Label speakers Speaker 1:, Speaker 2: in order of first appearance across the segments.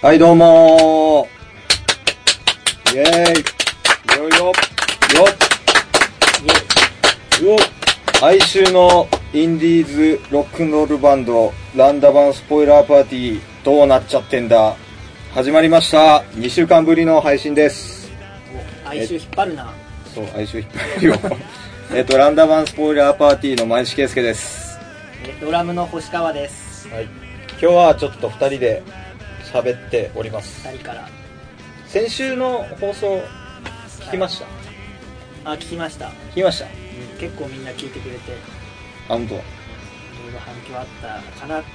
Speaker 1: はい、どうもーイェーイよいよよよ哀愁のインディーズロックンロールバンド、ランダバンスポイラーパーティー、どうなっちゃってんだ始まりました。2週間ぶりの配信です。
Speaker 2: 哀愁引っ張るな
Speaker 1: そう、哀愁引っ張るよ。えっと、ランダバンスポイラーパーティーの前石圭介です。
Speaker 2: えドラムの星川です
Speaker 1: はい。今日はちょっと2人で喋っております。
Speaker 2: 二人から
Speaker 1: 先週の放送聞きました
Speaker 2: あ聞きました
Speaker 1: 聞きました
Speaker 2: 結構みんな聞いてくれてい
Speaker 1: あ本当
Speaker 2: ろいろ反響あったかなって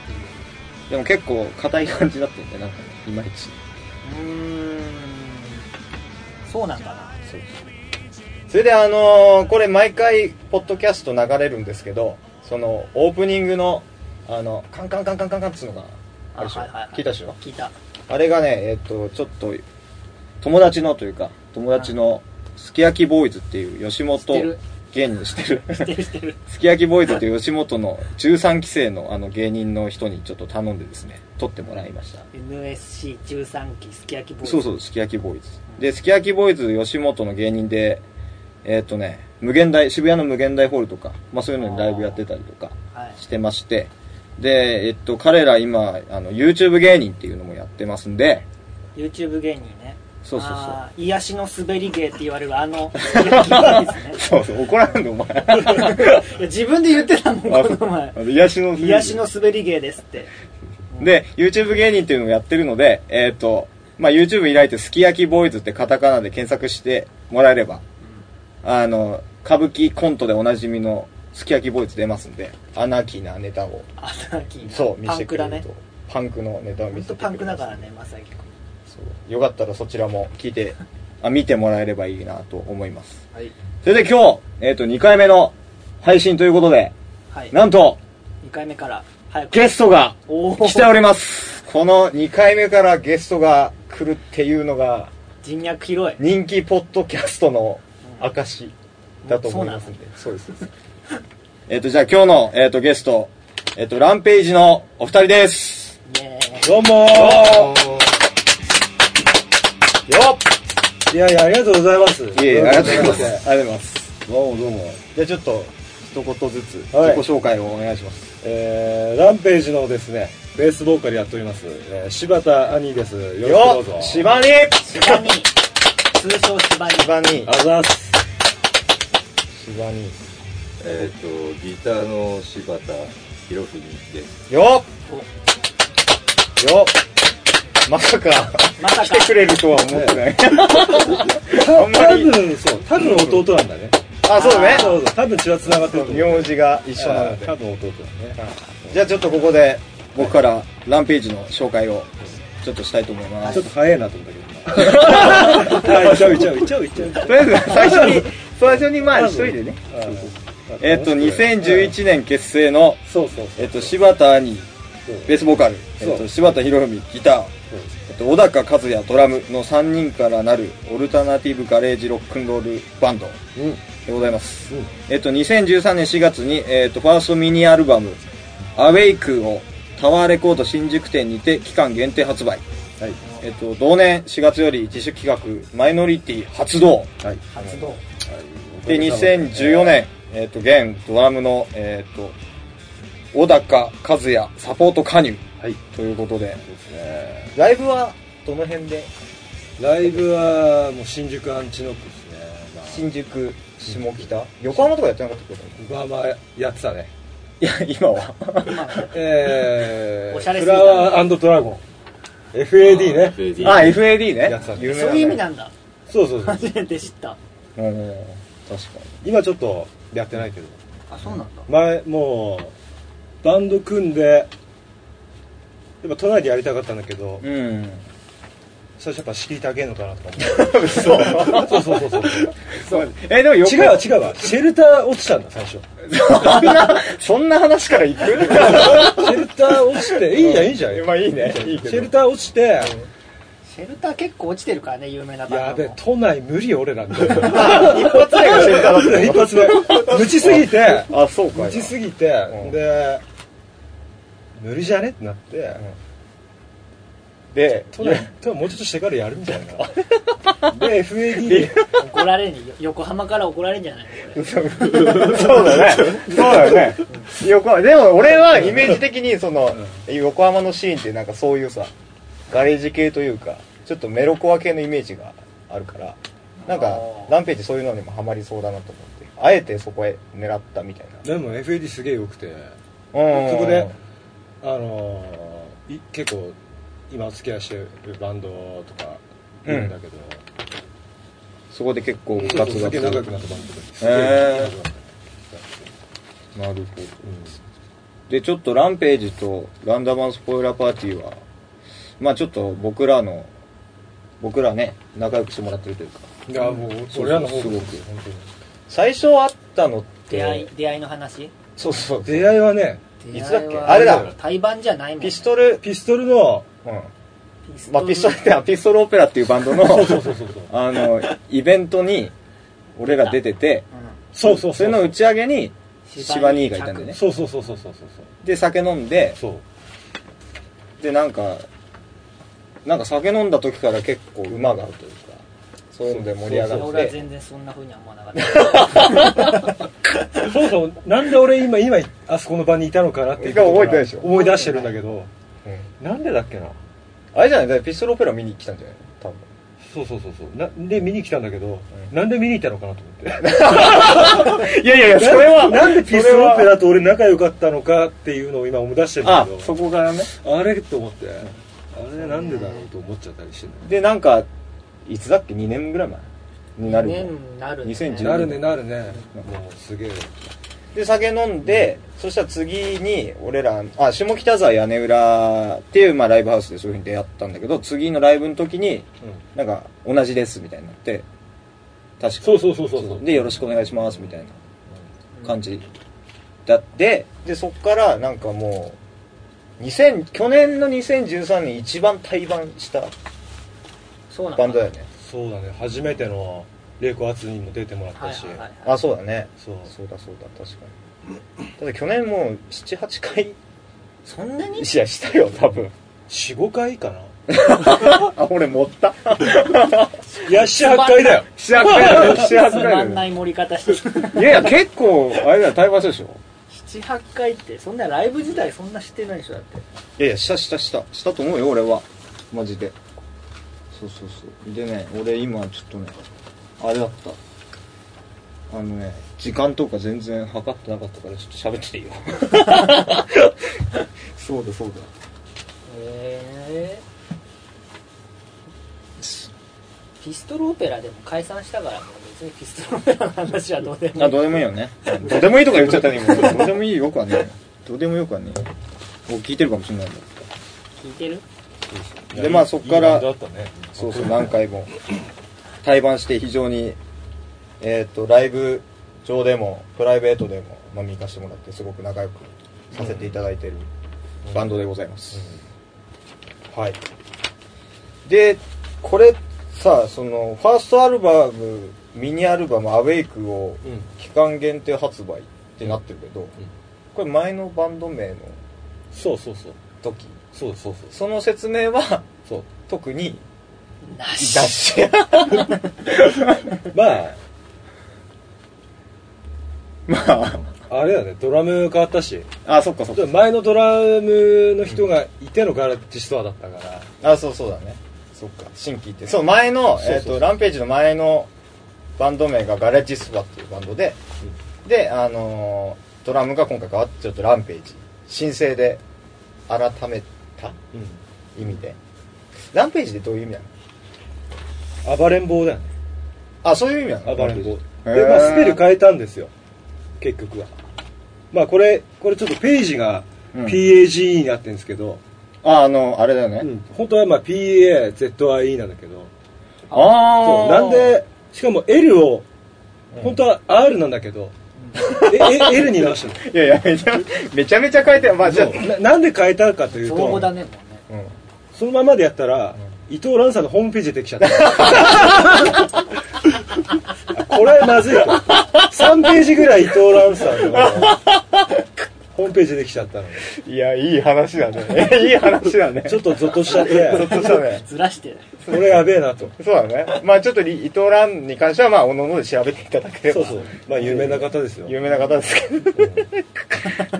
Speaker 1: でも結構硬い感じだったよねなんかいまいち
Speaker 2: いううーんそうなんかな
Speaker 1: そうそれであのーこれ毎回ポッドキャスト流れるんですけどそのオープニングのあのカンカンカンカンカンカンっつうのがあるでしょ、聞いたでしょ
Speaker 2: 聞いた
Speaker 1: あれがねえっ、とちょっと友達のというか友達のすき焼きボーイズっていう吉本
Speaker 2: 知ってる
Speaker 1: 芸人してる
Speaker 2: 知ってる知ってる
Speaker 1: すき焼きボーイズという吉本の13期生のあの芸人の人にちょっと頼んでですね、撮ってもらいました。
Speaker 2: NSC13 期すき焼きボーイズ
Speaker 1: そうそう、すき焼きボーイズ。で、すき焼きボーイズ吉本の芸人で、えっ、とね、無限大、渋谷の無限大ホールとか、まあそういうのにライブやってたりとか
Speaker 2: はい
Speaker 1: してまして、で、えっと、彼ら今、あの、YouTube 芸人っていうのもやってますんで、
Speaker 2: YouTube 芸人ね
Speaker 1: そうそうそう
Speaker 2: あー癒しの滑り芸って言われる あのすき焼きボーイズね
Speaker 1: そうそう、怒らん のお前。
Speaker 2: いや自分で言ってたもん
Speaker 1: あ
Speaker 2: この前
Speaker 1: あの癒しのフリー
Speaker 2: 癒しの滑り芸ですって
Speaker 1: で、YouTube 芸人っていうのをやってるので、えっ、と、まあ、YouTube 開いて、すき焼きボーイズってカタカナで検索してもらえれば、あの、歌舞伎コントでおなじみのすき焼きボーイズ出ますんで、アナキーなネタを、
Speaker 2: アナーキーな
Speaker 1: そう、見
Speaker 2: パ
Speaker 1: せ
Speaker 2: ン
Speaker 1: て
Speaker 2: ク
Speaker 1: く
Speaker 2: だ
Speaker 1: れ
Speaker 2: ね
Speaker 1: ると。パンクのネタを
Speaker 2: 本
Speaker 1: 見せ
Speaker 2: 当
Speaker 1: てくれ
Speaker 2: パ
Speaker 1: ます
Speaker 2: ンクだからねまさき君
Speaker 1: そうよかったらそちらも聞いて、あ見てもらえればいいなと思います。
Speaker 2: はい、
Speaker 1: それで今日、えっ、と、2回目の配信ということで、
Speaker 2: はい、
Speaker 1: なんと、
Speaker 2: 2回目から早く
Speaker 1: ゲストが
Speaker 2: お
Speaker 1: 来てお
Speaker 2: お
Speaker 1: ります。この2回目からゲストが来るっていうのが、
Speaker 2: 人脈広い
Speaker 1: 人気ポッドキャストの証だと思いますんで。そうです。そうです えっと、じゃあ今日の、えっと、ゲスト、えっと、ランページのお二人です。
Speaker 2: イエーイ
Speaker 1: どうもよ
Speaker 3: いやいや、ありがとうございます。
Speaker 1: っいえいえ、ありがとうございます。ありがとうございます。
Speaker 3: どうもどうも。
Speaker 1: じゃあちょっと、一言ずつ、自己
Speaker 3: はい
Speaker 1: 紹介をお願いします。
Speaker 3: えー、ランページのですね、ベースボーカルやっております、えー柴田兄です。よろしくどうぞ。
Speaker 1: しばに
Speaker 2: 芝に通称芝に
Speaker 1: しばに
Speaker 3: あざっす。
Speaker 1: しばに
Speaker 4: えっ、とギターの柴田博文です
Speaker 1: よっよっまさか、
Speaker 2: まさ
Speaker 1: 来て
Speaker 2: か
Speaker 1: くれるとは思ってない。
Speaker 3: た
Speaker 1: あんまり
Speaker 3: 多分、そう、多分弟なんだね。
Speaker 1: あ、そうね。
Speaker 3: そうそう、多分血は繋がってると思う。
Speaker 1: 名字が一緒なの
Speaker 3: あー
Speaker 1: で。
Speaker 3: 多分弟だね。
Speaker 1: じゃあちょっとここで僕からランページの紹介をちょっとしたいと思いま
Speaker 3: ち
Speaker 1: す。
Speaker 3: ょっ
Speaker 1: と
Speaker 3: と早いなと思った けどな。いっちゃういっちゃういっちゃういっちゃう。
Speaker 1: りあえず最 初に、最初にまあ一人でね。えっと、
Speaker 3: 年。
Speaker 1: 2011年結成の、
Speaker 3: そうそうそう。
Speaker 1: えっと、柴田兄、ベースボーカル、
Speaker 3: そう
Speaker 1: えっと、柴田博文、ギター、
Speaker 3: そう
Speaker 1: えっと、小高和也、ドラムの3人からなるオルタナティブガレージロックンロールバンド
Speaker 3: うん。
Speaker 1: でございます。
Speaker 3: うん
Speaker 1: えっと、2013年4月に、えっと、ファーストミニアルバム、アウェイクをタワーレコード新宿店にて期間限定発売。
Speaker 3: はい。
Speaker 1: えっと、同年4月より自主企画、マイノリティ発動。
Speaker 3: はい。
Speaker 2: 発動
Speaker 1: で、2014年、えっと、現ドラムの、えっと、小高和也サポート加入
Speaker 3: はい。
Speaker 1: ということで、
Speaker 3: ですね。
Speaker 1: ライブはどの辺で
Speaker 3: ライブはもう新宿アンチノックですね、まあ
Speaker 1: 新宿、下北、横浜とかやってなかったけど、
Speaker 3: 僕はまあやってたね
Speaker 1: いや、今は。
Speaker 2: 今
Speaker 3: え
Speaker 2: おしゃれ
Speaker 3: ー、
Speaker 2: す
Speaker 3: フ
Speaker 2: ぎた
Speaker 3: ラワードラゴン FAD ね
Speaker 4: FAD
Speaker 1: あ、FAD
Speaker 3: やっ
Speaker 1: ね
Speaker 3: てた。
Speaker 1: 有名
Speaker 2: そういう意味
Speaker 1: だね。
Speaker 2: なんだ
Speaker 3: そうそうそう
Speaker 2: 初めて知った
Speaker 1: うん、確か
Speaker 3: 今ちょっとやってないけど
Speaker 2: あそうなんだ
Speaker 3: 前もうバンド組んでやっぱ都内でやりたかったんだけど
Speaker 1: に。うん。
Speaker 3: 最初やっぱ敷居高えのかなとか
Speaker 1: 嘘。
Speaker 3: 思って そうそうそうそう
Speaker 1: え、でも横
Speaker 3: 違うわ違うわシェルター落ちたんだ最初シ
Speaker 1: そんな、 そんな話から行く
Speaker 3: ェルター落 ちていいじゃんいいじゃん
Speaker 1: まあいいね。いい
Speaker 3: シ
Speaker 1: け
Speaker 3: ェ
Speaker 1: ど
Speaker 3: ル。ター落ちて
Speaker 2: シェルター結構落ちてるからね有名なバンドも
Speaker 3: やべえ都内無 理俺らみたいな
Speaker 1: 一発目がシェルターだっ
Speaker 3: 一発目 無知すぎて
Speaker 1: た。あ、そうか。
Speaker 3: 無知すぎて
Speaker 1: うん
Speaker 3: で無理じゃねってなって
Speaker 1: で、
Speaker 3: 都内都内もうちょっとしてからやるみたい なで FAD
Speaker 2: 怒られんよ横浜から怒られんじゃないのこ
Speaker 1: そうだよね。そうだよね。横浜、でも俺はイメージ的にその、横浜のシーンってなんかそういうさ、ガレージ系というか、ちょっとメロコア系のイメージがあるから、なんか
Speaker 2: あー、
Speaker 1: ランページそういうのにもハマりそうだなと思って、あえてそこへ狙ったみたいな。
Speaker 3: でも FAD すげえ良くて
Speaker 1: うん。
Speaker 3: そこであのーい結構今お付き合いしてるバンドとかいるんだけど、
Speaker 1: そこで結構
Speaker 3: ちょ
Speaker 1: ガ
Speaker 3: っと
Speaker 1: ツ
Speaker 3: す
Speaker 1: ガ
Speaker 3: げえ
Speaker 1: ツ。
Speaker 3: 長くなったバンドとかす
Speaker 1: へ
Speaker 3: げ
Speaker 1: ー
Speaker 3: 長くなった
Speaker 1: なるほど。
Speaker 3: うん
Speaker 1: で、ちょっとランページとランダマンスポイラーパーティーは、まあちょっと僕らの、僕らね、仲良くしてもらってるというか、
Speaker 3: いやもう
Speaker 1: そう
Speaker 3: 俺らの方
Speaker 1: す
Speaker 3: が
Speaker 1: ご
Speaker 3: 本
Speaker 1: く
Speaker 3: 当に
Speaker 1: 最初会ったのっ
Speaker 2: れ
Speaker 1: て、
Speaker 2: 出会い出会いの話
Speaker 1: そうそう。
Speaker 3: 出会いはね
Speaker 1: いつだっけ
Speaker 2: 出会は
Speaker 1: あれだ
Speaker 2: 対バンじゃないもん
Speaker 1: ピストル、
Speaker 3: ピストルの
Speaker 1: うん。
Speaker 2: ピス
Speaker 1: まあ、ピストルって、ピストルオペラっていうバンドの、
Speaker 3: そうそうそうそう
Speaker 1: あの、イベントに、俺ら出てて、
Speaker 2: う
Speaker 3: そうそう
Speaker 1: それの打ち上げに、
Speaker 2: ん
Speaker 1: 芝兄がいたんだよね
Speaker 3: そうそうそうそうそうそう
Speaker 1: で、酒飲んで、
Speaker 3: そう
Speaker 1: で、なんか、なんか酒飲んだ時から結構馬が合うというか、そういうので盛り上
Speaker 2: いや
Speaker 1: がっ
Speaker 2: 俺は
Speaker 1: て、
Speaker 2: 全然そんな風には思わなかった
Speaker 3: そもそもなんで俺今今あそこの場にいたのかなっていうこと
Speaker 1: 覚えてないでしょ
Speaker 3: 思い出してるんだけど
Speaker 1: うん
Speaker 3: なんでだっけな
Speaker 1: あれじゃないだからピストルオペラ見に来たんじゃない多分。
Speaker 3: そうそうそうそうなで見に来たんだけど、
Speaker 1: うん
Speaker 3: なんで見に行ったのかなと思って
Speaker 1: いやいやいや、それは、
Speaker 3: なんでピストルオペラと俺仲良かったのかっていうのを今思い出してるんだ
Speaker 1: あ
Speaker 3: け、ど
Speaker 1: そこからね。
Speaker 3: あれと思ってあれなんでだろうと思っちゃったりして
Speaker 1: で、なんか、いつだっけ ?2 年ぐらい前になる。
Speaker 2: 年になるね
Speaker 1: 2010
Speaker 3: る
Speaker 1: な
Speaker 3: な
Speaker 1: る
Speaker 3: る
Speaker 1: ね
Speaker 3: ねなるねもうすげえ
Speaker 1: で酒飲んで、そしたら次に俺らあ下北沢屋根裏っていう、まあ、ライブハウスでそういうふうに出会ったんだけど次のライブの時になんか同じですみたいになって確か
Speaker 3: そうそうそうそうそう
Speaker 1: でよろしくお願いしますみたいな感じだってでそっからなんかもう2000去年の2013年一番対バンした
Speaker 2: そうなん
Speaker 1: バンドだよね
Speaker 3: そうだね初めてのレイコアツにも出てもらったし、
Speaker 2: はいはいはい
Speaker 1: あそうだね
Speaker 3: そう
Speaker 1: そうだそうだ確かにただ去年もう78回
Speaker 2: そんなに
Speaker 1: 試合したよ多分
Speaker 3: 45回かな
Speaker 1: あ俺持 った
Speaker 3: いや78回だよ
Speaker 1: 試合会だよ
Speaker 2: つ
Speaker 1: 試合会
Speaker 2: ま
Speaker 1: だ
Speaker 2: んな
Speaker 1: よ
Speaker 2: い盛り方して
Speaker 1: いやいや結構あれだよ対話したでしょ
Speaker 2: 78回ってそんなライブ自体そんなしてないでしょだって
Speaker 1: いやいやしたしたしたしたと思うよ俺はマジでそうそうそうでね俺今ちょっとねあれだったあのね時間とか全然測ってなかったからちょっと喋ってて いいよそうだそうだ
Speaker 2: へえピストルオペラでも解散したからもう別にピストルオペラの話はどうでもい
Speaker 1: あ
Speaker 2: い
Speaker 1: どうでもいいよねどうでもいいとか言っちゃったね今どうでもいいよくはねどうでもよくはね僕聞いてるかもしれないんだ
Speaker 2: 聞いてる
Speaker 1: でまあそっから
Speaker 3: いいバンドだったね
Speaker 1: そうそう、何回も対バンして非常に、えっ、と、ライブ上でも、プライベートでも、まあ、見かしてもらって、すごく仲良くさせていただいてるバンドでございます。はい。で、これさ、その、ファーストアルバム、ミニアルバム、アウェイクを、
Speaker 3: うん
Speaker 1: 期間限定発売ってなってるけど、これ前のバンド名の
Speaker 3: そうそうそう
Speaker 1: 時、
Speaker 3: そうそうそう
Speaker 1: その説明は、
Speaker 3: そう
Speaker 1: 特に、
Speaker 2: な
Speaker 1: 出
Speaker 2: し
Speaker 1: して、
Speaker 3: まあ
Speaker 1: まあ、
Speaker 3: あれだねドラム変わったし
Speaker 1: あ、そっかそっか。
Speaker 3: 前のドラムの人がいてのガラッジストアだったから
Speaker 1: あ、そうそうだね。そっか。新規って。そう、前の、
Speaker 3: そうそう
Speaker 1: えっ、と、ランページの前のバンド名がガレッジスバっていうバンドで、で、あのードラムが今回変わって、ちょっとランページ。申請で改めた
Speaker 3: う
Speaker 1: 意味で。ランページってどういう意味なの
Speaker 3: ん暴れん坊だよね
Speaker 1: あ、そういう意味なの
Speaker 3: 暴れん坊
Speaker 1: へー
Speaker 3: で、まあ、スペル変えたんですよ結局はまあこれこれちょっとページが
Speaker 1: うん
Speaker 3: PAGE になってるんですけど、
Speaker 1: あ、あの、あれだよね。
Speaker 3: うん本当はまあ PAZIE なんだけど
Speaker 1: ああ。
Speaker 3: そうなん、でしかも L を本当は R なんだけど、ええ L に直したの
Speaker 1: いやいや、めちゃめちゃめちゃ変えてる。まあ、じゃあ、
Speaker 3: そうななんで変えたかという
Speaker 2: 造語
Speaker 3: と
Speaker 2: だねもうね
Speaker 1: うん。
Speaker 3: そのままでやったら、伊藤蘭さんのホームページでできちゃった これはまずいと3ページぐらい伊藤蘭さんのホームページできちゃったので
Speaker 1: いや、いい話だ ね。いい話だね。
Speaker 3: ちょっとゾッとしちゃっ
Speaker 1: ゾッ
Speaker 3: て
Speaker 1: としたね。
Speaker 2: ずらして
Speaker 3: これやべえなと
Speaker 1: そうだね。まあちょっとり伊藤蘭に関しては、まあ、おのおので調べていただければ。
Speaker 3: そうそうまあ有名な方ですよ
Speaker 1: 有名な方ですけ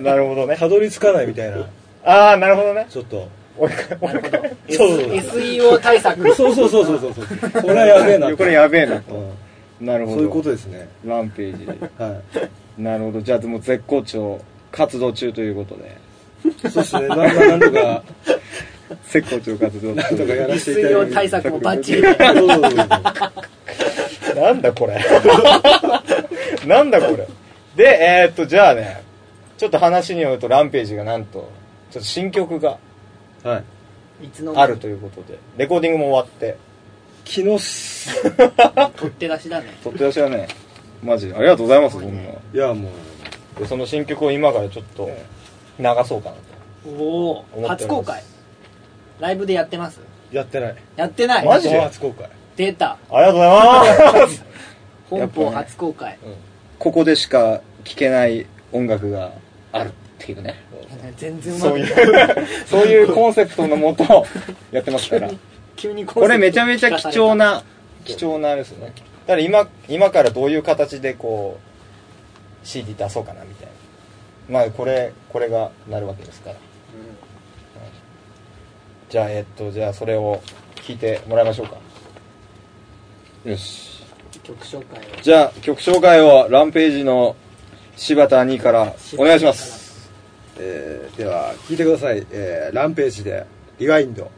Speaker 1: ど。 なるほどね。
Speaker 3: たどり着かないみたいな
Speaker 1: ああ、なるほど ね。
Speaker 3: ちょっと
Speaker 1: おいか
Speaker 2: なるほど
Speaker 3: そう
Speaker 2: S- SEO 対策
Speaker 3: そうそうそうそうそうそうこれはやべえなと
Speaker 1: これやべえなと。
Speaker 3: うん
Speaker 1: なるほ
Speaker 3: そ
Speaker 1: ど。
Speaker 3: ういうことですね
Speaker 1: ランページ。
Speaker 3: は
Speaker 1: なるほど。じゃあ、もう絶好調、活動中ということで。
Speaker 3: いそうですねなんかなんとか
Speaker 1: 絶好調活 動
Speaker 3: なんとか
Speaker 1: 中。
Speaker 3: やらせていただ
Speaker 2: SEO
Speaker 3: き
Speaker 2: 対
Speaker 3: ます
Speaker 2: 策もバッチリ
Speaker 3: そうそうそうそう
Speaker 1: なんだこれ。なんだこれ。 で、えー、っと、じゃあね、ちょっと話によると、ランページがなんと、ちょっと新曲が
Speaker 3: はい。
Speaker 2: いつの
Speaker 1: あるということで、レコーディングも終わ って、
Speaker 3: 昨日す、
Speaker 2: 取って出しだね
Speaker 1: とって出しはね、マジ、ありがとうございます、そんな。
Speaker 3: いやもう、
Speaker 1: で、その新曲を今からちょっと、流そうかなと。
Speaker 2: お
Speaker 1: 思っており
Speaker 2: お
Speaker 1: ます
Speaker 2: 初公開ライブでやってます
Speaker 3: やってない。
Speaker 2: やってない
Speaker 1: マジで
Speaker 3: 初公開。
Speaker 2: データ
Speaker 1: ありがとうございます。
Speaker 2: 本邦初公開、
Speaker 1: ここでしか聴けない音楽があるっていうね。
Speaker 2: 全然うま
Speaker 1: そう
Speaker 2: く
Speaker 1: いう、 そういうコンセプトのもと、 やってますから。
Speaker 2: 急に
Speaker 1: これめちゃめちゃ貴重
Speaker 2: な
Speaker 1: な、貴重なあれですよね。だから今、今からどういう形でこう、CD 出そうかなみたいな。まあこれ、これがなるわけですから。じゃあ、えっと、じゃあそれを聞いてもらいましょうか。よし。
Speaker 2: 曲紹介を
Speaker 1: じゃあ曲紹介をランページの柴田兄からお願いします。
Speaker 3: えー、では、聞いてください。えー、ランページで、リワインド。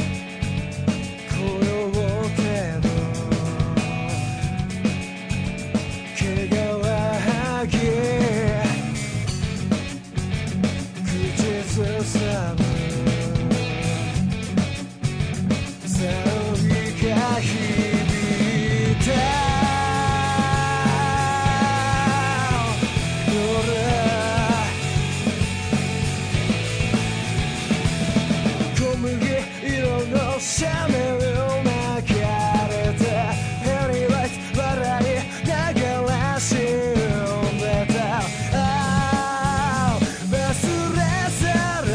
Speaker 5: 「雇用程度」「毛がはぎ」「口ずさむ」「騒ぎが響いた」「夜」小麦色のシャメル巻かれてヘリライト笑いながら死んでたああ忘れ去ら er.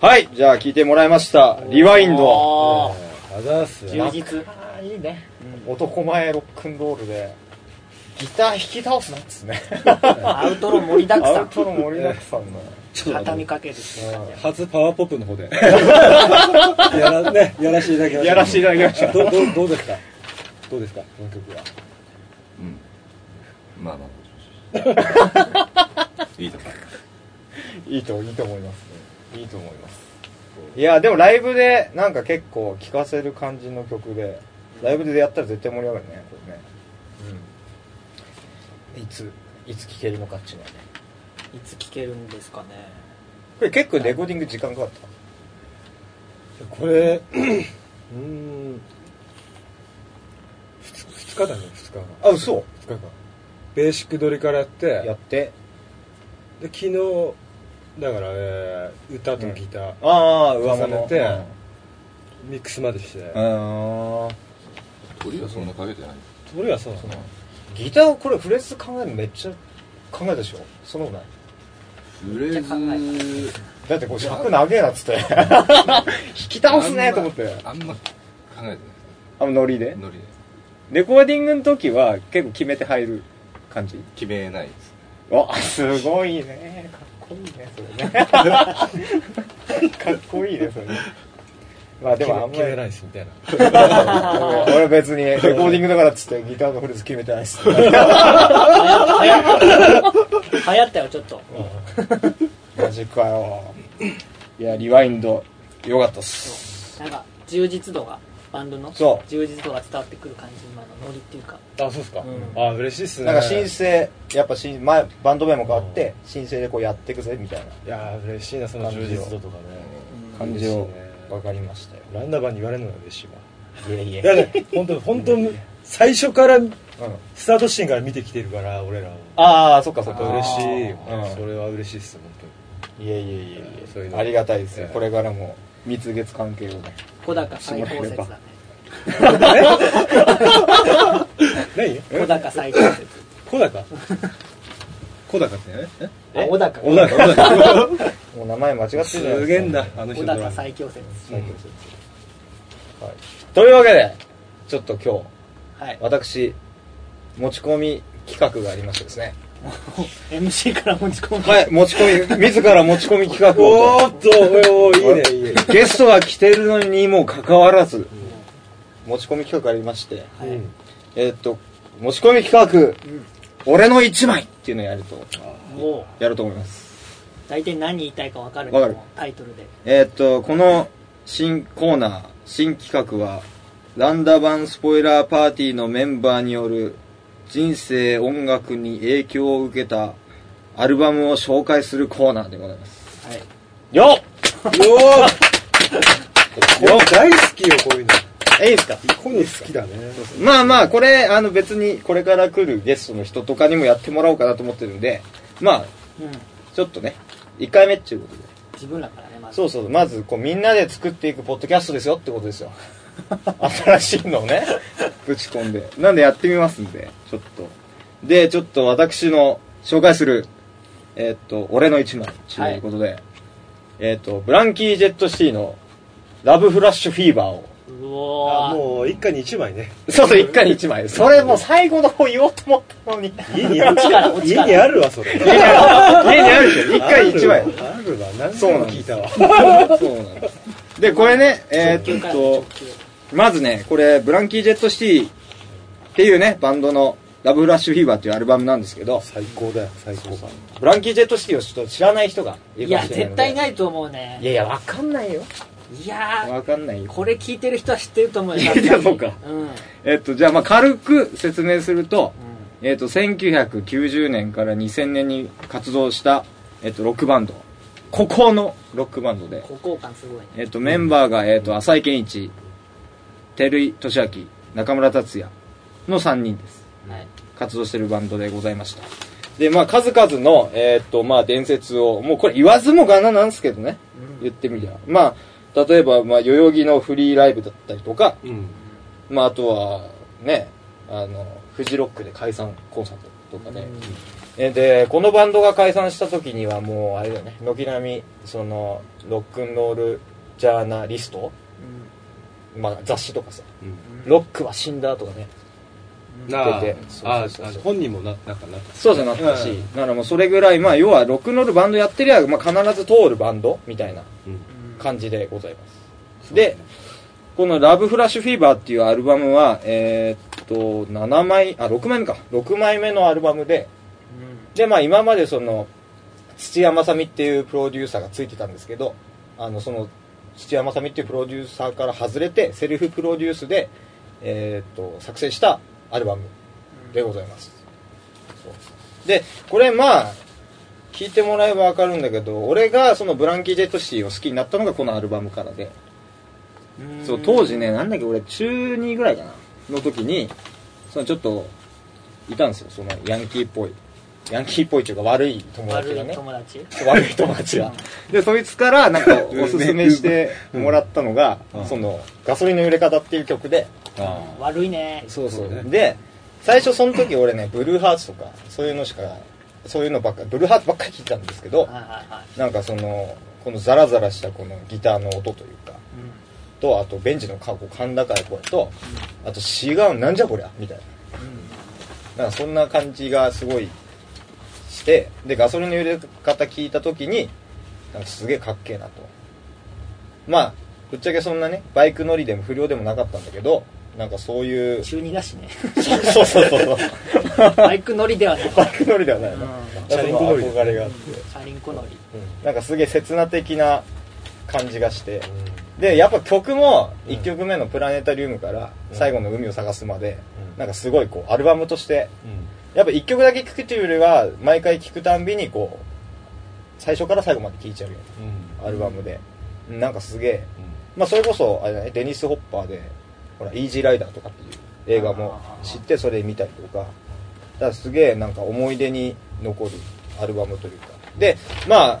Speaker 1: はい、じゃあ聞いてもらいました。リワインド。
Speaker 2: あ
Speaker 3: あざーす
Speaker 2: ー充実
Speaker 1: いいね。男前ロックンロールで、ギター弾き倒すなんですね。
Speaker 2: アウトロ盛りだくさん
Speaker 1: の盛りだくさんの。
Speaker 2: 畳みかけるっていう感じ
Speaker 3: 初パワーポップの 方でやら,、ね、やらせていただきました
Speaker 1: やらせていただきました
Speaker 3: どどどうですかどうですかこの曲は
Speaker 4: まあまあいいとか
Speaker 1: いいと、いいと思います、ね。いいと思います。いや、でもライブで、なんか結構聴かせる感じの曲で、ライブでやったら絶対盛り上がるね、これね。うん。いつ、いつ聴けるのかっちゅうのはね。
Speaker 2: いつ聴けるんですかね
Speaker 1: これ結構レコーディング時間かかった。
Speaker 3: これうーん 2, 日だね2日が
Speaker 1: あ、嘘
Speaker 3: 2日間ベーシック撮りからやって
Speaker 1: やって。
Speaker 3: で昨日だから、えー歌とギター、
Speaker 1: ああ、上物。
Speaker 3: 重ねてミックスまでして、
Speaker 1: うん。うん
Speaker 4: 鳥はそんなかけてない
Speaker 3: 俺はそうなの
Speaker 1: ギターをこれフレーズ考えるのめっちゃ考えたでしょそんなことない
Speaker 4: フレーズ
Speaker 1: だってこれ尺長えなっつって弾き倒すねと思って
Speaker 4: あんまあんま考えてない
Speaker 1: あのノリで
Speaker 4: ノリで
Speaker 1: レコーディングの時は結構決めて入る感じ
Speaker 4: 決めないです
Speaker 1: わすごいねかっこいいねそれねかっこいいねそれねまあでもあんま
Speaker 3: 決め決め
Speaker 1: り
Speaker 3: ないですみたいな
Speaker 1: 俺別にレコーディングだからっつってギターのフレーズ決めてないっす
Speaker 2: 流行ったよちょっと
Speaker 1: マジかよいやリワインドよかったっす
Speaker 2: なんか充実度がバンドの
Speaker 1: そう
Speaker 2: 充実度が伝わってくる感じ今のノリっていうか
Speaker 3: あそうっすか、
Speaker 2: うん
Speaker 3: あ嬉しいっすね
Speaker 1: なんか新生やっぱ新前バンド名も変わって新生でこうやっていくぜみたいない
Speaker 3: やー嬉しいなその充実度とかね
Speaker 1: 感じを分かりましたよ
Speaker 3: ランナバーに言われるのが嬉しいわ
Speaker 1: いえい
Speaker 3: いやね本当本当最初から
Speaker 1: うん、
Speaker 3: スタートシーンから見てきてるから俺らを
Speaker 1: ああそっかそっか
Speaker 3: 嬉しいよ
Speaker 1: うん
Speaker 3: それは嬉しいっす本当に
Speaker 1: いえいえいえいえ
Speaker 3: そういうの
Speaker 1: ありがたいですよ、
Speaker 3: ええ
Speaker 1: これからも蜜月関係をね
Speaker 2: 小高最高説だね
Speaker 3: 何
Speaker 2: 小高最高説
Speaker 3: 小 高小高ってね
Speaker 2: あ小高
Speaker 3: 小高
Speaker 1: もう名前間違ってるじゃない
Speaker 3: すげ
Speaker 1: で
Speaker 3: え
Speaker 1: す
Speaker 3: ん
Speaker 1: か
Speaker 3: だあの
Speaker 2: 小
Speaker 3: 人
Speaker 2: 高最強説
Speaker 1: 最強ですよはい、というわけでちょっと今
Speaker 2: は
Speaker 1: 日
Speaker 2: い
Speaker 1: 私持ち込み企画がありましてですね
Speaker 2: MC から持ち込む
Speaker 1: はい持ち込み自ら持ち込み企画
Speaker 3: お
Speaker 1: を
Speaker 3: ーっとおーおーいいねいいね
Speaker 1: ゲストが来てるのにもかかわらず、持ち込み企画ありまして、
Speaker 2: はい
Speaker 3: うん
Speaker 1: えーっと、持ち込み企画、俺の一枚っていうのをやると、
Speaker 2: もう
Speaker 1: やると思います。
Speaker 2: 大体何言いたいか分かる
Speaker 1: わかる
Speaker 2: もうタイトルで
Speaker 1: えーっと、この新コーナー、新企画は、ランダ版スポイラーパーティーのメンバーによる、人生音楽に影響を受けたアルバムを紹介するコーナーでございます。
Speaker 2: はい
Speaker 1: よっ
Speaker 3: うおーよ大好きよこういうの
Speaker 1: えいいですか
Speaker 3: こういうの好きだね
Speaker 1: まあまあ、これ、あの別にこれから来るゲストの人とかにもやってもらおうかなと思ってるんで、まあ、
Speaker 2: うん
Speaker 1: ちょっとね、1回目っていうことで。
Speaker 2: 自分らからねまず
Speaker 1: そうそう、まずこうみんなで作っていくポッドキャストですよってことです よ。新しいのをね、ぶち込んで。なんでやってみますんで、ちょっと。で、ちょっと私の紹介する、えーっと、俺の一枚ということで、えーっと、ブランキー・ジェット・シティのラブ・フラッシュ・フィーバーを、
Speaker 2: うお
Speaker 3: あ
Speaker 2: ー
Speaker 3: もう一家に一枚ね
Speaker 1: そうそう、一回に一枚。それもう最後の方言おうと思ったのに。
Speaker 3: 家にある
Speaker 2: 力お力
Speaker 3: 家にあるわそれ
Speaker 1: 家にあ る家にあるでしょ一回一枚
Speaker 3: あるわ何
Speaker 1: そうな
Speaker 3: 回
Speaker 1: ん
Speaker 3: も
Speaker 1: です
Speaker 3: 聞いたわ
Speaker 1: そうなんですでこれねえ
Speaker 2: 直
Speaker 1: ー
Speaker 2: 球
Speaker 1: っ
Speaker 2: から
Speaker 1: と
Speaker 2: 直球
Speaker 1: まずねこれブランキー・ジェット・シティっていうねバンドの「ラブ・フラッシュ・フィーバー」っていうアルバムなんですけど
Speaker 3: 最高だよ最高
Speaker 1: ブランキー・ジェット・シティをちょっと知らない人がいる
Speaker 2: い
Speaker 1: かも
Speaker 2: や
Speaker 1: しれない
Speaker 2: 絶対
Speaker 1: い
Speaker 2: ないと思う
Speaker 1: い
Speaker 2: ね
Speaker 1: やいやわかんないよ
Speaker 2: いやー
Speaker 1: わかんないよ
Speaker 2: これ聞いてる人は知ってると思うよ
Speaker 1: いやいやそうか
Speaker 2: うんうん
Speaker 1: えっとじゃあまあ軽く説明するとえっと1990年から2000年に活動したえっとロックバンドここのロックバンドで
Speaker 2: 歩行感すごいね
Speaker 1: えっ、と、メンバーが、えっ、と、浅井健一、照井俊明、中村達也の3人です。
Speaker 2: はい
Speaker 1: 活動してるバンドでございました。で、まあ、数々の、えっ、と、まあ、伝説を、もうこれ言わずもがななんですけどね、言ってみりゃ。まあ、例えば、まあ、代々木のフリーライブだったりとか、
Speaker 3: うん
Speaker 1: まあ、あとは、ね、あの、フジロックで解散コンサートとかね、えでこのバンドが解散した時にはもうあれだよね軒並みそのロックンロールジャーナリスト、まあ、雑誌とかさ「ロックは死んだ」とかね
Speaker 3: な
Speaker 1: 出てそう
Speaker 3: あ
Speaker 1: そ
Speaker 3: あ
Speaker 1: うそう
Speaker 3: あの本人もななんかなった
Speaker 1: そうじゃなったし、だからもうそれぐらいまあ要はロックンロールバンドやってりゃ、まあ、必ず通るバンドみたいな感じでございます、でこの「ラブフラッシュフィーバーっていうアルバムはえーっと7枚あ6枚目か6枚目のアルバムででまあ今までその土屋正美っていうプロデューサーがついてたんですけどあのその土屋正美っていうプロデューサーから外れてセルフプロデュースで、えーっと作成したアルバムでございますそうでこれまあ聞いてもらえばわかるんだけど俺がそのブランキー・ジェットシーを好きになったのがこのアルバムからでそう当時ねなんだっけ俺中2ぐらいかなの時にそのちょっといたんですよそのヤンキーっぽいヤンキーっぽいっていうか悪い友達が
Speaker 2: 悪い
Speaker 1: ね
Speaker 2: 友達
Speaker 1: 悪い友達がでそいつからなん かおすすめしてもらったのが「そのガソリンの揺れ方」っていう曲で
Speaker 4: あ
Speaker 2: 悪いね
Speaker 1: そうそう
Speaker 3: そうね
Speaker 1: で最初その時俺ねブルーハーツとかそういうのしかそういうのばっかブルーハーツばっかり聴いてたんですけど
Speaker 2: はいはいはい
Speaker 1: なんかそのこのザラザラしたこのギターの音というかとあとベンチのかこう甲高い声とあと「シーガーなんじゃこりゃ」みたいななんかそんな感じがすごいしてでガソリンの揺れ方聞いた時になんかすげえかっけえなとまあぶっちゃけそんなねバイク乗りでも不良でもなかったんだけどなんかそういう
Speaker 2: うん中二だ しね
Speaker 1: そうそうそう そう。
Speaker 2: バイク乗りではない
Speaker 1: バイク乗りではない
Speaker 2: うん
Speaker 1: な。
Speaker 3: チャリンコ乗り
Speaker 1: その憧れがあって。
Speaker 2: 車輪こ乗り
Speaker 1: なんかすげえ刹那的な感じがして。で、やっぱ曲も1曲目のプラネタリウムから最後の海を探すまで、
Speaker 3: うん
Speaker 1: なんかすごいこうアルバムとして、
Speaker 3: うん
Speaker 1: やっぱ1曲だけ聴くというよりは、毎回聴くたんびにこう、最初から最後まで聴いちゃうよう
Speaker 3: うん
Speaker 1: なアルバムで。なんかすげえ。まあそれこそ、あれだね、デニス・ホッパーで、ほら、イージーライダーとかっていう映画も知って、それ見たりとか、だからすげえなんか思い出に残るアルバムというか。で、まあ、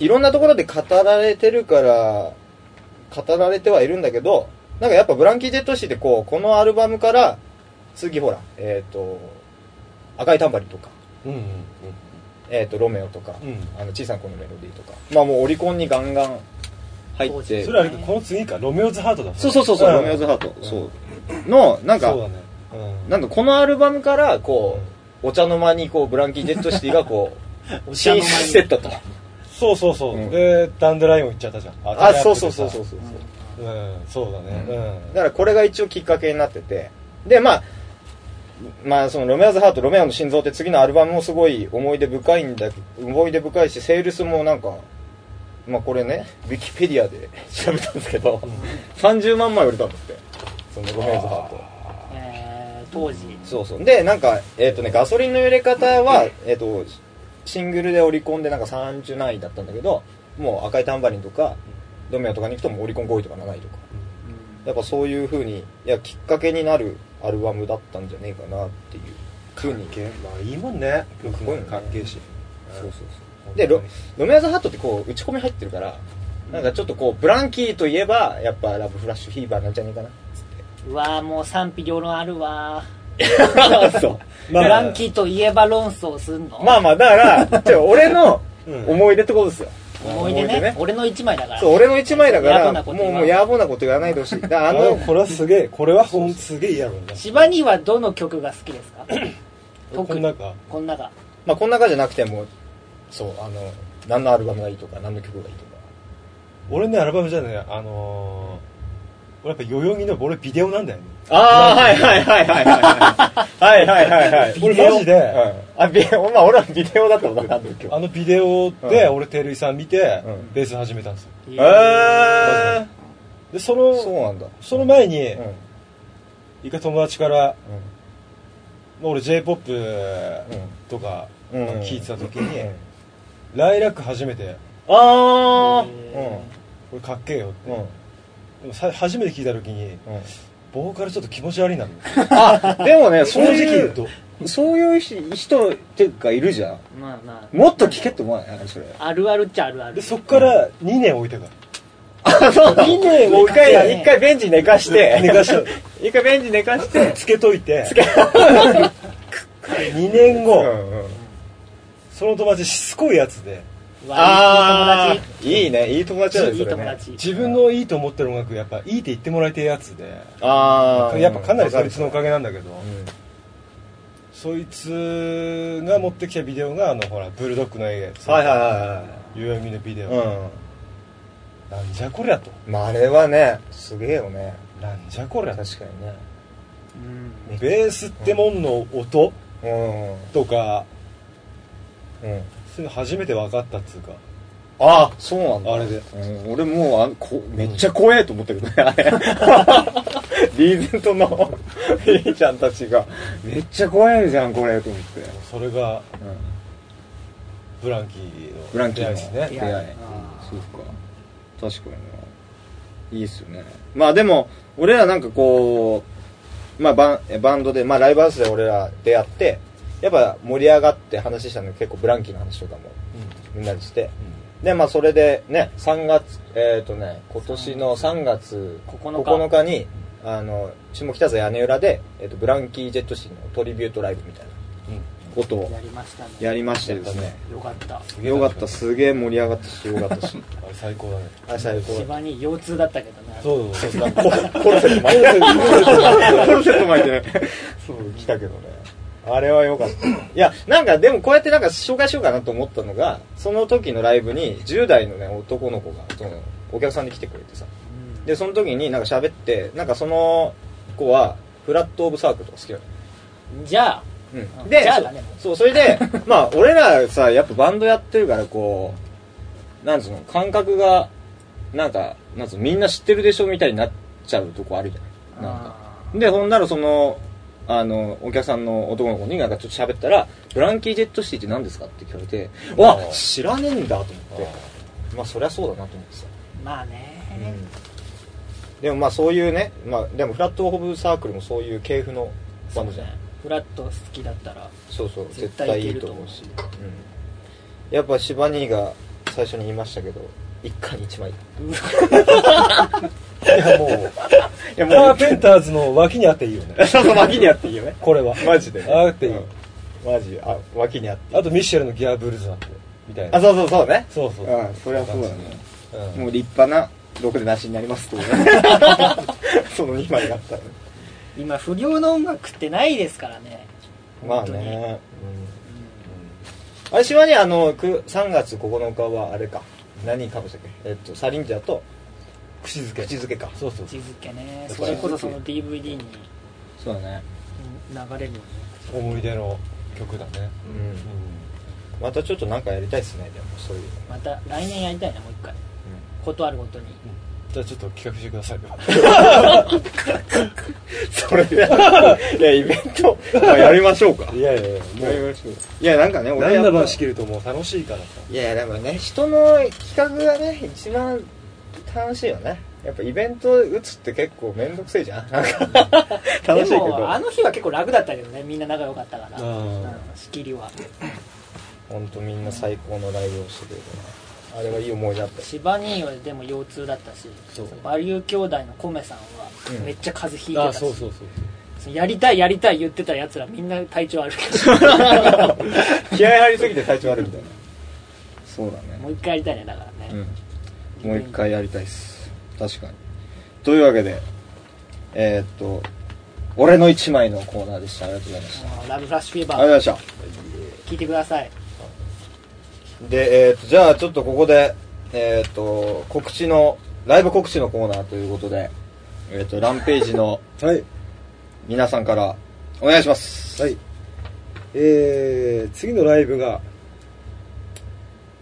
Speaker 1: いろんなところで語られてるから、語られてはいるんだけど、なんかやっぱブランキー・ジェットシーってこう、このアルバムから、次ほら、えっ、と、赤いタンバリンとか、
Speaker 3: うんうん
Speaker 1: えっ、と、ロメオとか、
Speaker 3: うん
Speaker 1: あの、小さな子のメロディーとか、まあもうオリコンにガンガン入っ
Speaker 3: う
Speaker 1: て
Speaker 3: んそれはあれかこの次かロメオズハートだ
Speaker 1: そうそうそうそう、ロメオ
Speaker 3: ズ
Speaker 1: ズハート。そう。の、なんか
Speaker 3: そう、だねうん
Speaker 1: なんかこのアルバムから、こう、お茶の間に、こう、ブランキー・ジェットシティが、こう、
Speaker 2: お茶
Speaker 1: 進
Speaker 2: の
Speaker 1: 出
Speaker 2: 間に
Speaker 1: してったと。
Speaker 3: そうそうそう
Speaker 1: うん
Speaker 3: でダンデライオン行っちゃったじゃん
Speaker 1: あ、そうそうそうそうそう。
Speaker 3: ううんそうだねうん
Speaker 1: だからこれが一応きっかけになってて。で、まあ、まあ、その、ロメオズハート、ロメオの心臓って次のアルバムもすごい思い出深いんだ、思い出深いし、セールスもなんか、まあこれね、ウィキペディアで調べたんですけど、30万枚売れたんだって。その、ロメオズハート。
Speaker 2: えー当時
Speaker 1: そうそう。で、なんか、えっ、とね、ガソリンの揺れ方は、えっ、と、シングルでオリコンでなんか30何位だったんだけど、もう赤いタンバリンとか、ドミノとかに行くともうオリコン5位とか7位とか。やっぱそういう風に、いや、きっかけになるアルバムだったんじゃねえかなっていう風に。
Speaker 3: けまあいいもんね
Speaker 1: かっこいいよね
Speaker 3: かっけえし
Speaker 1: そうそうそう。で、
Speaker 3: で
Speaker 1: ロロメアザハットってこう、打ち込み入ってるから、なんかちょっとこう、ブランキーといえば、やっぱラブフラッシュフィーバーなんじゃねえかな。
Speaker 2: うわーもう賛否両論あるわ
Speaker 1: そう。
Speaker 2: ーブランキーといえば論争すんの
Speaker 1: まあまあ、だ から、ちょ俺の思い出ってことですよ。
Speaker 2: 思い出
Speaker 1: 思い出
Speaker 2: ね
Speaker 1: ね
Speaker 2: 俺の一枚だから
Speaker 1: そう、俺の一枚だか
Speaker 2: 野暮
Speaker 1: ら、
Speaker 2: なこ
Speaker 1: も
Speaker 2: と
Speaker 1: う、
Speaker 2: 言わ
Speaker 1: もう、
Speaker 2: ん
Speaker 1: 野暮なこと言わないでほしい。だから
Speaker 3: あ
Speaker 1: あ
Speaker 3: の
Speaker 1: の、
Speaker 3: これはすげえこれはほんすげえいいやろうね
Speaker 2: シバニーはどの曲が好きですか特
Speaker 3: こん
Speaker 2: に
Speaker 3: なか
Speaker 2: こんなが
Speaker 1: まあ、こんな感じじゃなくても、そう、あの、何のアルバムがいいとか、何の曲がいいとか。
Speaker 3: 俺ねアルバムじゃねあのー、俺やっぱ代々木の俺ビデオなんだよね
Speaker 1: ああ、はいはいはいはいはい。はいはいはいはい。
Speaker 3: 俺マジで、
Speaker 1: うん。あ、ビデオ、まあ、俺はビデオだったことなんだけ
Speaker 3: あ
Speaker 1: ど。
Speaker 3: のビデオで
Speaker 1: うん
Speaker 3: 俺照井さん見て、
Speaker 1: うん
Speaker 3: ベース始めたんですよ
Speaker 2: え
Speaker 1: えー、
Speaker 3: でそ
Speaker 1: そう
Speaker 3: の
Speaker 1: なんだ。
Speaker 3: その前に、
Speaker 1: うん。
Speaker 3: 一回友達から俺 j p o p とか
Speaker 1: うん
Speaker 3: 聞いてた時に、
Speaker 1: うん
Speaker 3: ライラック初めて
Speaker 1: ああ、
Speaker 2: え
Speaker 3: これかっけえよって、
Speaker 1: うん。うん。
Speaker 3: でもさ初めて聞いた時に
Speaker 1: うん。
Speaker 3: ボーカルちょっと気持ち悪いな
Speaker 1: あ、でもね、
Speaker 3: 正
Speaker 1: そう
Speaker 3: 直
Speaker 1: い
Speaker 3: 言う
Speaker 1: う、
Speaker 3: と
Speaker 1: そういう人人っていうかいるじゃん。
Speaker 2: まあま
Speaker 1: もっと聞けって思わないあれそれ。
Speaker 2: ああるあるっちゃあるあ
Speaker 3: で
Speaker 2: る
Speaker 3: そっから2年置いてから
Speaker 1: あ、 そうなのもう一
Speaker 2: 回
Speaker 1: 回、一回ベンチ寝かして。
Speaker 3: 寝かして。
Speaker 1: 一回ベンチ寝かして。
Speaker 3: つけといて2年後、
Speaker 1: うんうん。
Speaker 3: その友達しつこいやつで
Speaker 2: わいい友
Speaker 1: あいいねいい友達なんです
Speaker 2: いい
Speaker 1: よ
Speaker 2: 友
Speaker 1: ね
Speaker 2: 達
Speaker 3: 自分のいいと思ってる音楽やっぱいいって言ってもらいたいやつで
Speaker 1: ああ
Speaker 3: やっぱかなりそいつのおかげなんだけど、
Speaker 1: うん
Speaker 3: そいつが持ってきたビデオがあのほらブルドッグの映画
Speaker 1: はいはいは
Speaker 3: 夕闇のビデオ、
Speaker 1: いはいうん
Speaker 3: なんじゃこりゃと
Speaker 1: まああれはねすげえよね
Speaker 3: なんじゃこりゃ
Speaker 1: 確かにね
Speaker 2: うん
Speaker 3: ベースってもんの音
Speaker 1: う
Speaker 3: とか、
Speaker 1: んうん
Speaker 3: そういうの初めて分かったっつうか
Speaker 1: ああそうなんだ
Speaker 3: あれで
Speaker 1: うん、俺もうあこめっちゃ怖えと思ったけどねあれ リーゼントの いいちゃんたちがめっちゃ怖えじゃんこれと思って、
Speaker 3: それが
Speaker 1: うん、
Speaker 3: ブランキーの
Speaker 1: ブランキーの
Speaker 3: 出会いです
Speaker 1: 出
Speaker 3: ね
Speaker 2: 出
Speaker 1: 会
Speaker 2: 会
Speaker 1: い
Speaker 2: い
Speaker 1: そうか確かにないいっすよねまあでも俺らなんかこう、まあ、バンえバンドで、まあ、ライブハウスで俺ら出会ってやっぱ盛り上がって話したのに結構ブランキーの話とかもみんなでしてでまあそれでね3月えっ、とね今年の3月
Speaker 2: 9日
Speaker 1: ,9 日にあの下北沢屋根裏で、えー、とブランキー・ジェットシーのトリビュートライブみたいな
Speaker 3: うんうん
Speaker 1: ことを
Speaker 2: やりましたね
Speaker 1: やりましてですね
Speaker 2: よかった
Speaker 3: すげえ
Speaker 1: よかったすげえ盛り上がったしよかったし
Speaker 3: あれ最高だね
Speaker 1: あ最高だった
Speaker 2: 芝に腰痛だったけどな
Speaker 3: そうそう そう
Speaker 1: コルセット巻いてコルセット巻いてねそう来たけどねあれは良かったいやなんかでもこうやってなんか紹介しようかなと思ったのがその時のライブに10代のね男の子がそのお客さんに来てくれてさ
Speaker 2: うん
Speaker 1: でその時になんか喋ってなんかその子はフラット・オブ・サークルとか好きなの
Speaker 2: じゃあ
Speaker 1: うん
Speaker 2: うん
Speaker 1: で
Speaker 2: じゃあだね
Speaker 1: そうそれ でまあ俺らさやっぱバンドやってるからこうなんつうの感覚がなんかなんつうのみんな知ってるでしょみたいになっちゃうとこあるじゃんなんかでほんならそのあのお客さんの男の子になんかちょっと喋ったら「ブランキー・ジェット・シティって何ですか?」って聞かれて「わ
Speaker 3: あー
Speaker 1: 知らねえんだ」と思って
Speaker 3: あ
Speaker 1: まあそりゃそうだなと思ってさ
Speaker 2: まあね
Speaker 1: でもまあそういうね、まあ、でもフラット・オブ・サークルもそういう系譜のバンドじゃない
Speaker 2: フラット好きだったら
Speaker 1: そうそう絶
Speaker 2: 絶
Speaker 1: 対
Speaker 2: 対
Speaker 1: い
Speaker 2: い
Speaker 1: い
Speaker 2: い
Speaker 1: と
Speaker 2: と
Speaker 1: 思
Speaker 2: 思
Speaker 1: う
Speaker 2: う
Speaker 1: し
Speaker 2: し、
Speaker 1: うん、やっぱシバニーが最初に言いましたけど一家に一 枚い
Speaker 3: いやもう
Speaker 1: や
Speaker 3: カーペンターズの脇にあっていいよ ね
Speaker 1: そうそう脇にあっていいよね
Speaker 3: これは
Speaker 1: マジでね
Speaker 3: あっていい、
Speaker 1: マジあ脇にあっていい
Speaker 3: あとミッシェルのギアブルーズだってみたいな
Speaker 1: あそうそうそうね
Speaker 3: そうそう
Speaker 1: あそれはそうだね
Speaker 3: うん
Speaker 1: もう立派なろくでなしになりますっていうね その2枚があったら
Speaker 2: 今不良の音楽ってないですからね
Speaker 1: まあ
Speaker 2: 本当に、
Speaker 1: ね、
Speaker 2: う、
Speaker 1: うん、あれシバニーあのく3月9日はあれか何かぶせたっけえっとサリンジャーと
Speaker 3: 口づけ
Speaker 1: 口づけか
Speaker 3: そうそうん
Speaker 2: 地づけね
Speaker 1: そう
Speaker 2: それこそその DVD にうん
Speaker 1: そうだね
Speaker 2: 流れるよね
Speaker 3: 思い出の曲だね
Speaker 1: うんまたちょっとなんかやりたいっすねでもそういうの
Speaker 2: また来年やりたいなもう一回断るごとに
Speaker 3: じゃあちょっと企画してくださいよ
Speaker 1: そ れで、いや、イベント、まあやりましょうか。
Speaker 3: いや いやいや
Speaker 1: やりましょう。いや、なんかね、
Speaker 3: もう
Speaker 1: 俺
Speaker 3: 何
Speaker 1: や
Speaker 3: だ
Speaker 1: っぱ
Speaker 3: ばしきるともう楽しいからさ
Speaker 1: いや、でもね、人の企画がね、一番楽しいよね。やっぱイベント打つって結構めんどくせえじゃん。なんか 楽しいけ
Speaker 2: でもあ
Speaker 1: ど。
Speaker 2: の日は結構楽だったけどねみんな仲良かったから
Speaker 3: あ
Speaker 2: うん
Speaker 3: ー
Speaker 2: 仕切りは
Speaker 1: ほんとみんな最高のライブをしてくれたな。あれはいい思い出だ ったし。
Speaker 2: シバニーはでも腰痛だったし
Speaker 3: そう
Speaker 2: バリュー兄弟のコメさんは
Speaker 1: うん
Speaker 2: めっちゃ風邪ひいて
Speaker 3: あ
Speaker 2: たし、
Speaker 3: そうそうそう
Speaker 2: やりたいやりたい言ってたやつらみんな体調悪く
Speaker 1: 気合入りすぎて体調悪いみたいな。そうだね
Speaker 2: もう一回やりたいねだからね、
Speaker 1: うん、もう一回やりたいっす確かにというわけでえーっと「俺の一枚」のコーナーでしたありがとうございましたあ
Speaker 2: もうラブフラッシュフィー
Speaker 1: りが
Speaker 2: バ
Speaker 1: とうご
Speaker 2: ー
Speaker 1: ざいました
Speaker 2: 聞いてください
Speaker 1: で、えーっとじゃあちょっとここでえーっと告知のライブ告知のコーナーということでえーっとランページの
Speaker 3: はい
Speaker 1: 皆さんからお願いします
Speaker 3: はいえー、次のライブが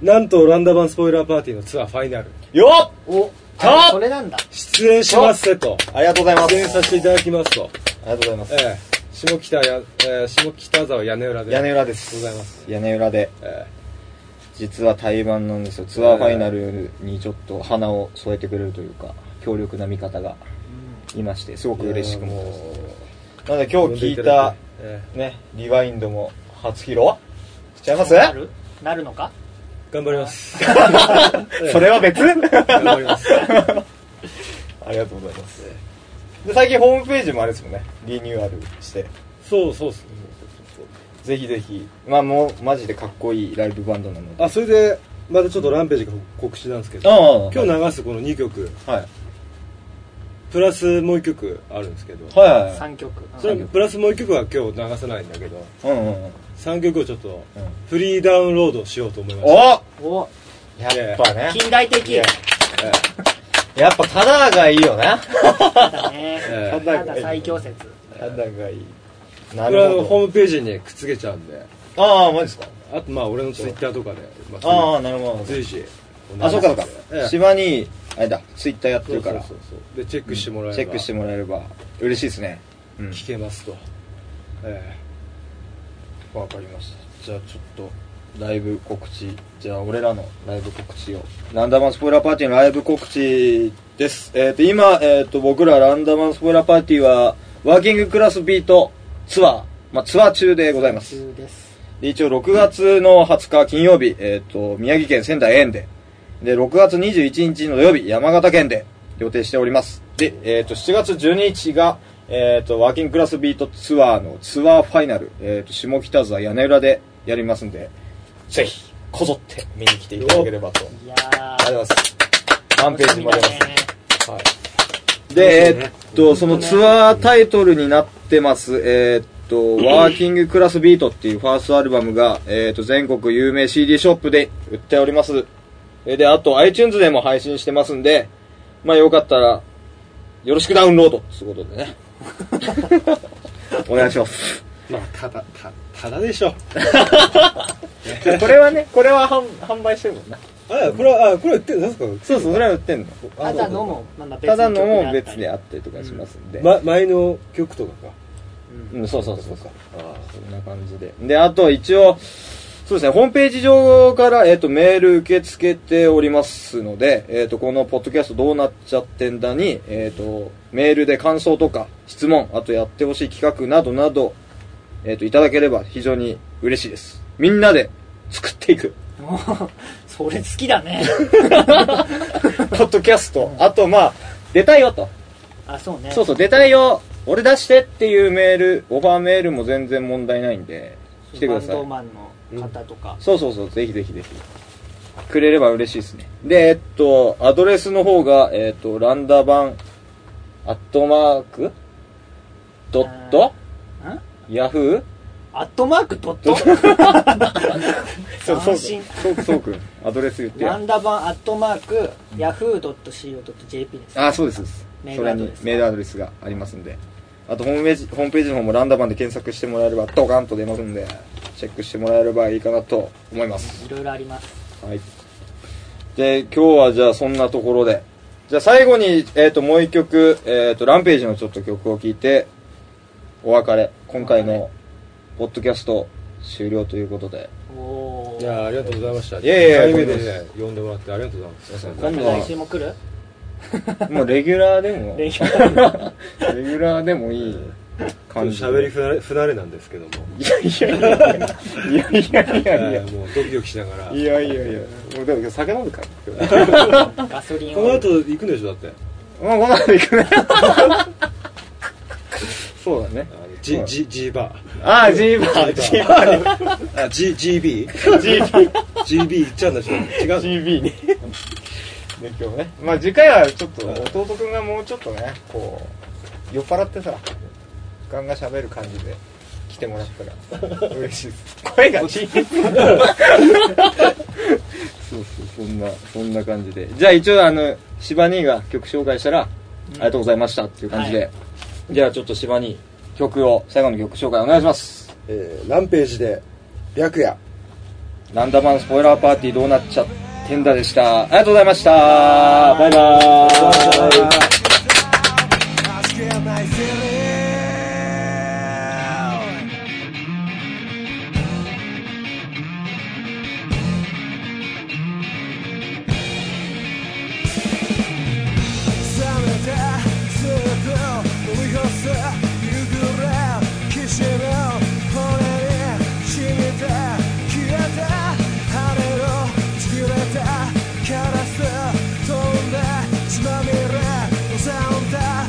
Speaker 3: なんとランダバンスポイラーパーティーのツアーファイナル
Speaker 1: よっ
Speaker 2: お
Speaker 1: あ
Speaker 2: あそれなんだ
Speaker 3: 出演しますせと
Speaker 1: ありがとうございます
Speaker 3: 出演させていただきますと
Speaker 1: ありがとうございます、
Speaker 3: ええ下北や、えー下北沢屋根裏で
Speaker 1: 屋根裏です
Speaker 3: ありがとうございます
Speaker 1: 屋根裏で
Speaker 3: え
Speaker 1: 実は対バンなんですよツアーファイナルにちょっと花を添えてくれるというか強力な味方がいましてすご
Speaker 3: え
Speaker 1: く嬉しく
Speaker 3: いや
Speaker 1: も
Speaker 3: も
Speaker 1: なので今
Speaker 3: う
Speaker 1: 日聞いた
Speaker 3: え
Speaker 1: ねリワインドも初披露しちゃいます
Speaker 2: なるなるのか
Speaker 3: え頑張ります
Speaker 1: それは別
Speaker 3: 頑張ります
Speaker 1: ありがとうございますで最近ホームページもあれですもんねリニューアルして
Speaker 3: そうそうっす
Speaker 1: ぜひぜひまあもうマジでかっこいいライブバンドなので
Speaker 3: あそれでまたちょっとランページが告知なんですけど
Speaker 1: あ
Speaker 3: 今日流すこの2曲
Speaker 1: 日はい
Speaker 3: プラスもう1曲あるんですけど、
Speaker 1: はいはい
Speaker 2: 3曲
Speaker 3: それプラスもう1曲は今日流さないんだけど
Speaker 1: うんうんうん
Speaker 3: 3曲をちょっとフリーダウンロードしようと思いました
Speaker 1: お
Speaker 2: お
Speaker 6: やっぱね。
Speaker 2: 近代的
Speaker 6: いややっぱカラーがいいよ ね。
Speaker 2: ただね
Speaker 3: ええ
Speaker 2: ただ最強説
Speaker 6: カラーがいい。
Speaker 3: こ
Speaker 6: な
Speaker 3: れはあの
Speaker 6: る
Speaker 3: ホ
Speaker 6: ほ
Speaker 3: ームページにくっつけちゃうんで
Speaker 6: ど。ああ、マジですか
Speaker 3: あとまあ俺のツイッターとかで、ま
Speaker 6: あ
Speaker 3: あ、
Speaker 6: あ、なるほど。
Speaker 3: 随時
Speaker 1: あそうかそうか
Speaker 3: ええ
Speaker 1: 島にあれだツイッターやって
Speaker 3: そう
Speaker 1: る
Speaker 3: そ
Speaker 1: か
Speaker 3: う
Speaker 1: ら
Speaker 3: そうそうでチェックしてもらえれば、
Speaker 1: チェックしてもらえれば嬉しいですねうん
Speaker 3: 聞けますと、え
Speaker 1: わかりましたじゃあちょっとライブ告知じゃあ俺らのライブ告知をランダマンスポイラーパーティーのライブ告知ですえっ、と今、えー、と僕らランダマンスポイラーパーティーはワーキングクラスビートツアー、まあ、ツアー中でございます
Speaker 2: 中です
Speaker 1: で一応6月の20日金曜日、えっ、と、宮城県仙台園で、で、6月21日の土曜日、山形県で予定しております。で、えっ、と、7月12日が、えっ、と、ワーキングクラスビートツアーのツアーファイナル、えっ、と、下北沢屋根裏でやりますんで、ぜひ、こぞって見に来ていただければと。
Speaker 2: いや
Speaker 1: ありがとうございます。ワンページもあります。
Speaker 3: 楽
Speaker 1: で、
Speaker 3: しみ
Speaker 1: えー
Speaker 3: だね
Speaker 1: っと、そのツアータイトルになってます、えーっと、ワーキングクラスビートっていうファーストアルバムが、えーっと、全国有名 CD ショップで売っております。えーで、あと iTunes でも配信してますんで、まあよかったら、よろしくダウンロードということで ね。お願いします。
Speaker 3: えまあただたただでしょ
Speaker 1: これはね、これは販売してるもんな。
Speaker 3: あこれはあこれ売ってるんですか
Speaker 1: そうそう、それは売ってんの。
Speaker 2: ただのもまだ別
Speaker 1: た
Speaker 2: に曲
Speaker 1: だの
Speaker 2: が
Speaker 1: も
Speaker 2: あったり
Speaker 1: 別であったりとかしますんで。
Speaker 3: ま、前の曲とかか
Speaker 1: うん、そうそうそうそう。そんな感じで。で、あと一応、そうですね、ホームページ上から、えっ、と、メール受け付けておりますので、えっ、と、このポッドキャストどうなっちゃってんだに、えっ、と、メールで感想とか、質問、あとやってほしい企画などなど、えっ、と、いただければ非常に嬉しいです。みんなで作っていく。
Speaker 2: もう それ好きだね
Speaker 1: ポッドキャスト。あと、まあ、出たいよと。
Speaker 2: あそうね
Speaker 1: そうそう、出たいよ俺出してっていうメール、オファーメールも全然問題ないんで、来てください。
Speaker 2: バンドマンの方とか、
Speaker 1: そうそうそう、ぜひぜひぜひ。くれれば嬉しいですね。で、えっと、アドレスの方が、えっと、ランダバン、アットマーク、ドット、
Speaker 2: ん
Speaker 1: ヤフー
Speaker 2: アットマークドット
Speaker 1: そう、そ
Speaker 2: 斬新
Speaker 1: うくん、そうくん、アドレス言って
Speaker 2: ラ
Speaker 1: や
Speaker 2: ン。ダバンアットマーク yahoo.co.jp です
Speaker 1: あ、そうですそうです。
Speaker 2: メー
Speaker 1: そ
Speaker 2: ル
Speaker 1: れ
Speaker 2: アド
Speaker 1: に
Speaker 2: レス
Speaker 1: メールアドレスがありますんで。あと、ホームページ、ホームページの方もランダバンで検索してもらえれば、ドカンと出ますんで、チェックしてもらえればいいかなと思います。
Speaker 2: いろいろあります
Speaker 1: はい。で、今日はじゃあそんなところで。じゃあ最後に、えっ、と、もう一曲、えっ、と、ランページのちょっと曲を聴いて、お別れ。今回の、ポッドキャスト終了ということで。
Speaker 2: おお
Speaker 3: いやありがとうございました
Speaker 1: いやいやいや
Speaker 3: 一回目で
Speaker 1: とんでもない
Speaker 3: ね呼んでもらってありがとうございます
Speaker 1: 今度
Speaker 2: 来
Speaker 1: は
Speaker 2: 週、も来る
Speaker 1: もうレギュラーで も、レ
Speaker 2: レ
Speaker 1: ギ
Speaker 2: ギュラー
Speaker 1: ュラーでもいい感じ。
Speaker 3: ちょっと喋り不慣れ不慣れなんですけども
Speaker 1: いやいやいやいや。いやいやいや
Speaker 3: えーもうドキドキしながら
Speaker 1: いやいやいや。俺でも酒飲んでから。
Speaker 2: ガソリン
Speaker 3: こ
Speaker 2: を
Speaker 3: の後行くんでしょだって
Speaker 1: もうこんなのいく ね。そうだね。
Speaker 3: あの G, G, G バ
Speaker 1: ああ、ジーバー、ジーバーね。
Speaker 3: ーあ G, GB
Speaker 1: GB
Speaker 3: GB 行っちゃうんだし違う
Speaker 1: GB にで今日ねまあ次回はちょっと弟くんがもうちょっとねこう酔っ払ってさガンガン喋る感じで来てもらったら嬉しいです声が小さいそうそうそんなそんな感じでじゃあ一応あの芝兄が曲紹介したら、ありがとうございましたっていう感じで、
Speaker 2: は
Speaker 1: じゃあちょっと芝兄曲を最後の曲紹介お願いします
Speaker 3: えーランページで白夜
Speaker 1: ランダマンスポイラーパーティーどうなっちゃってんだでした。ありがとうございました。バイバーイ。
Speaker 5: Ask him my feeling.「冷めてスープを飲み干す」「夕暮れきしむ骨に染みて消えて」「羽を作れてカラス飛んで血まみれ」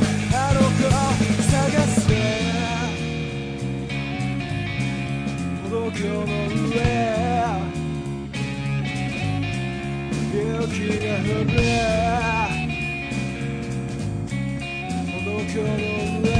Speaker 5: の上勇気が降るこの上 Oh, Oh,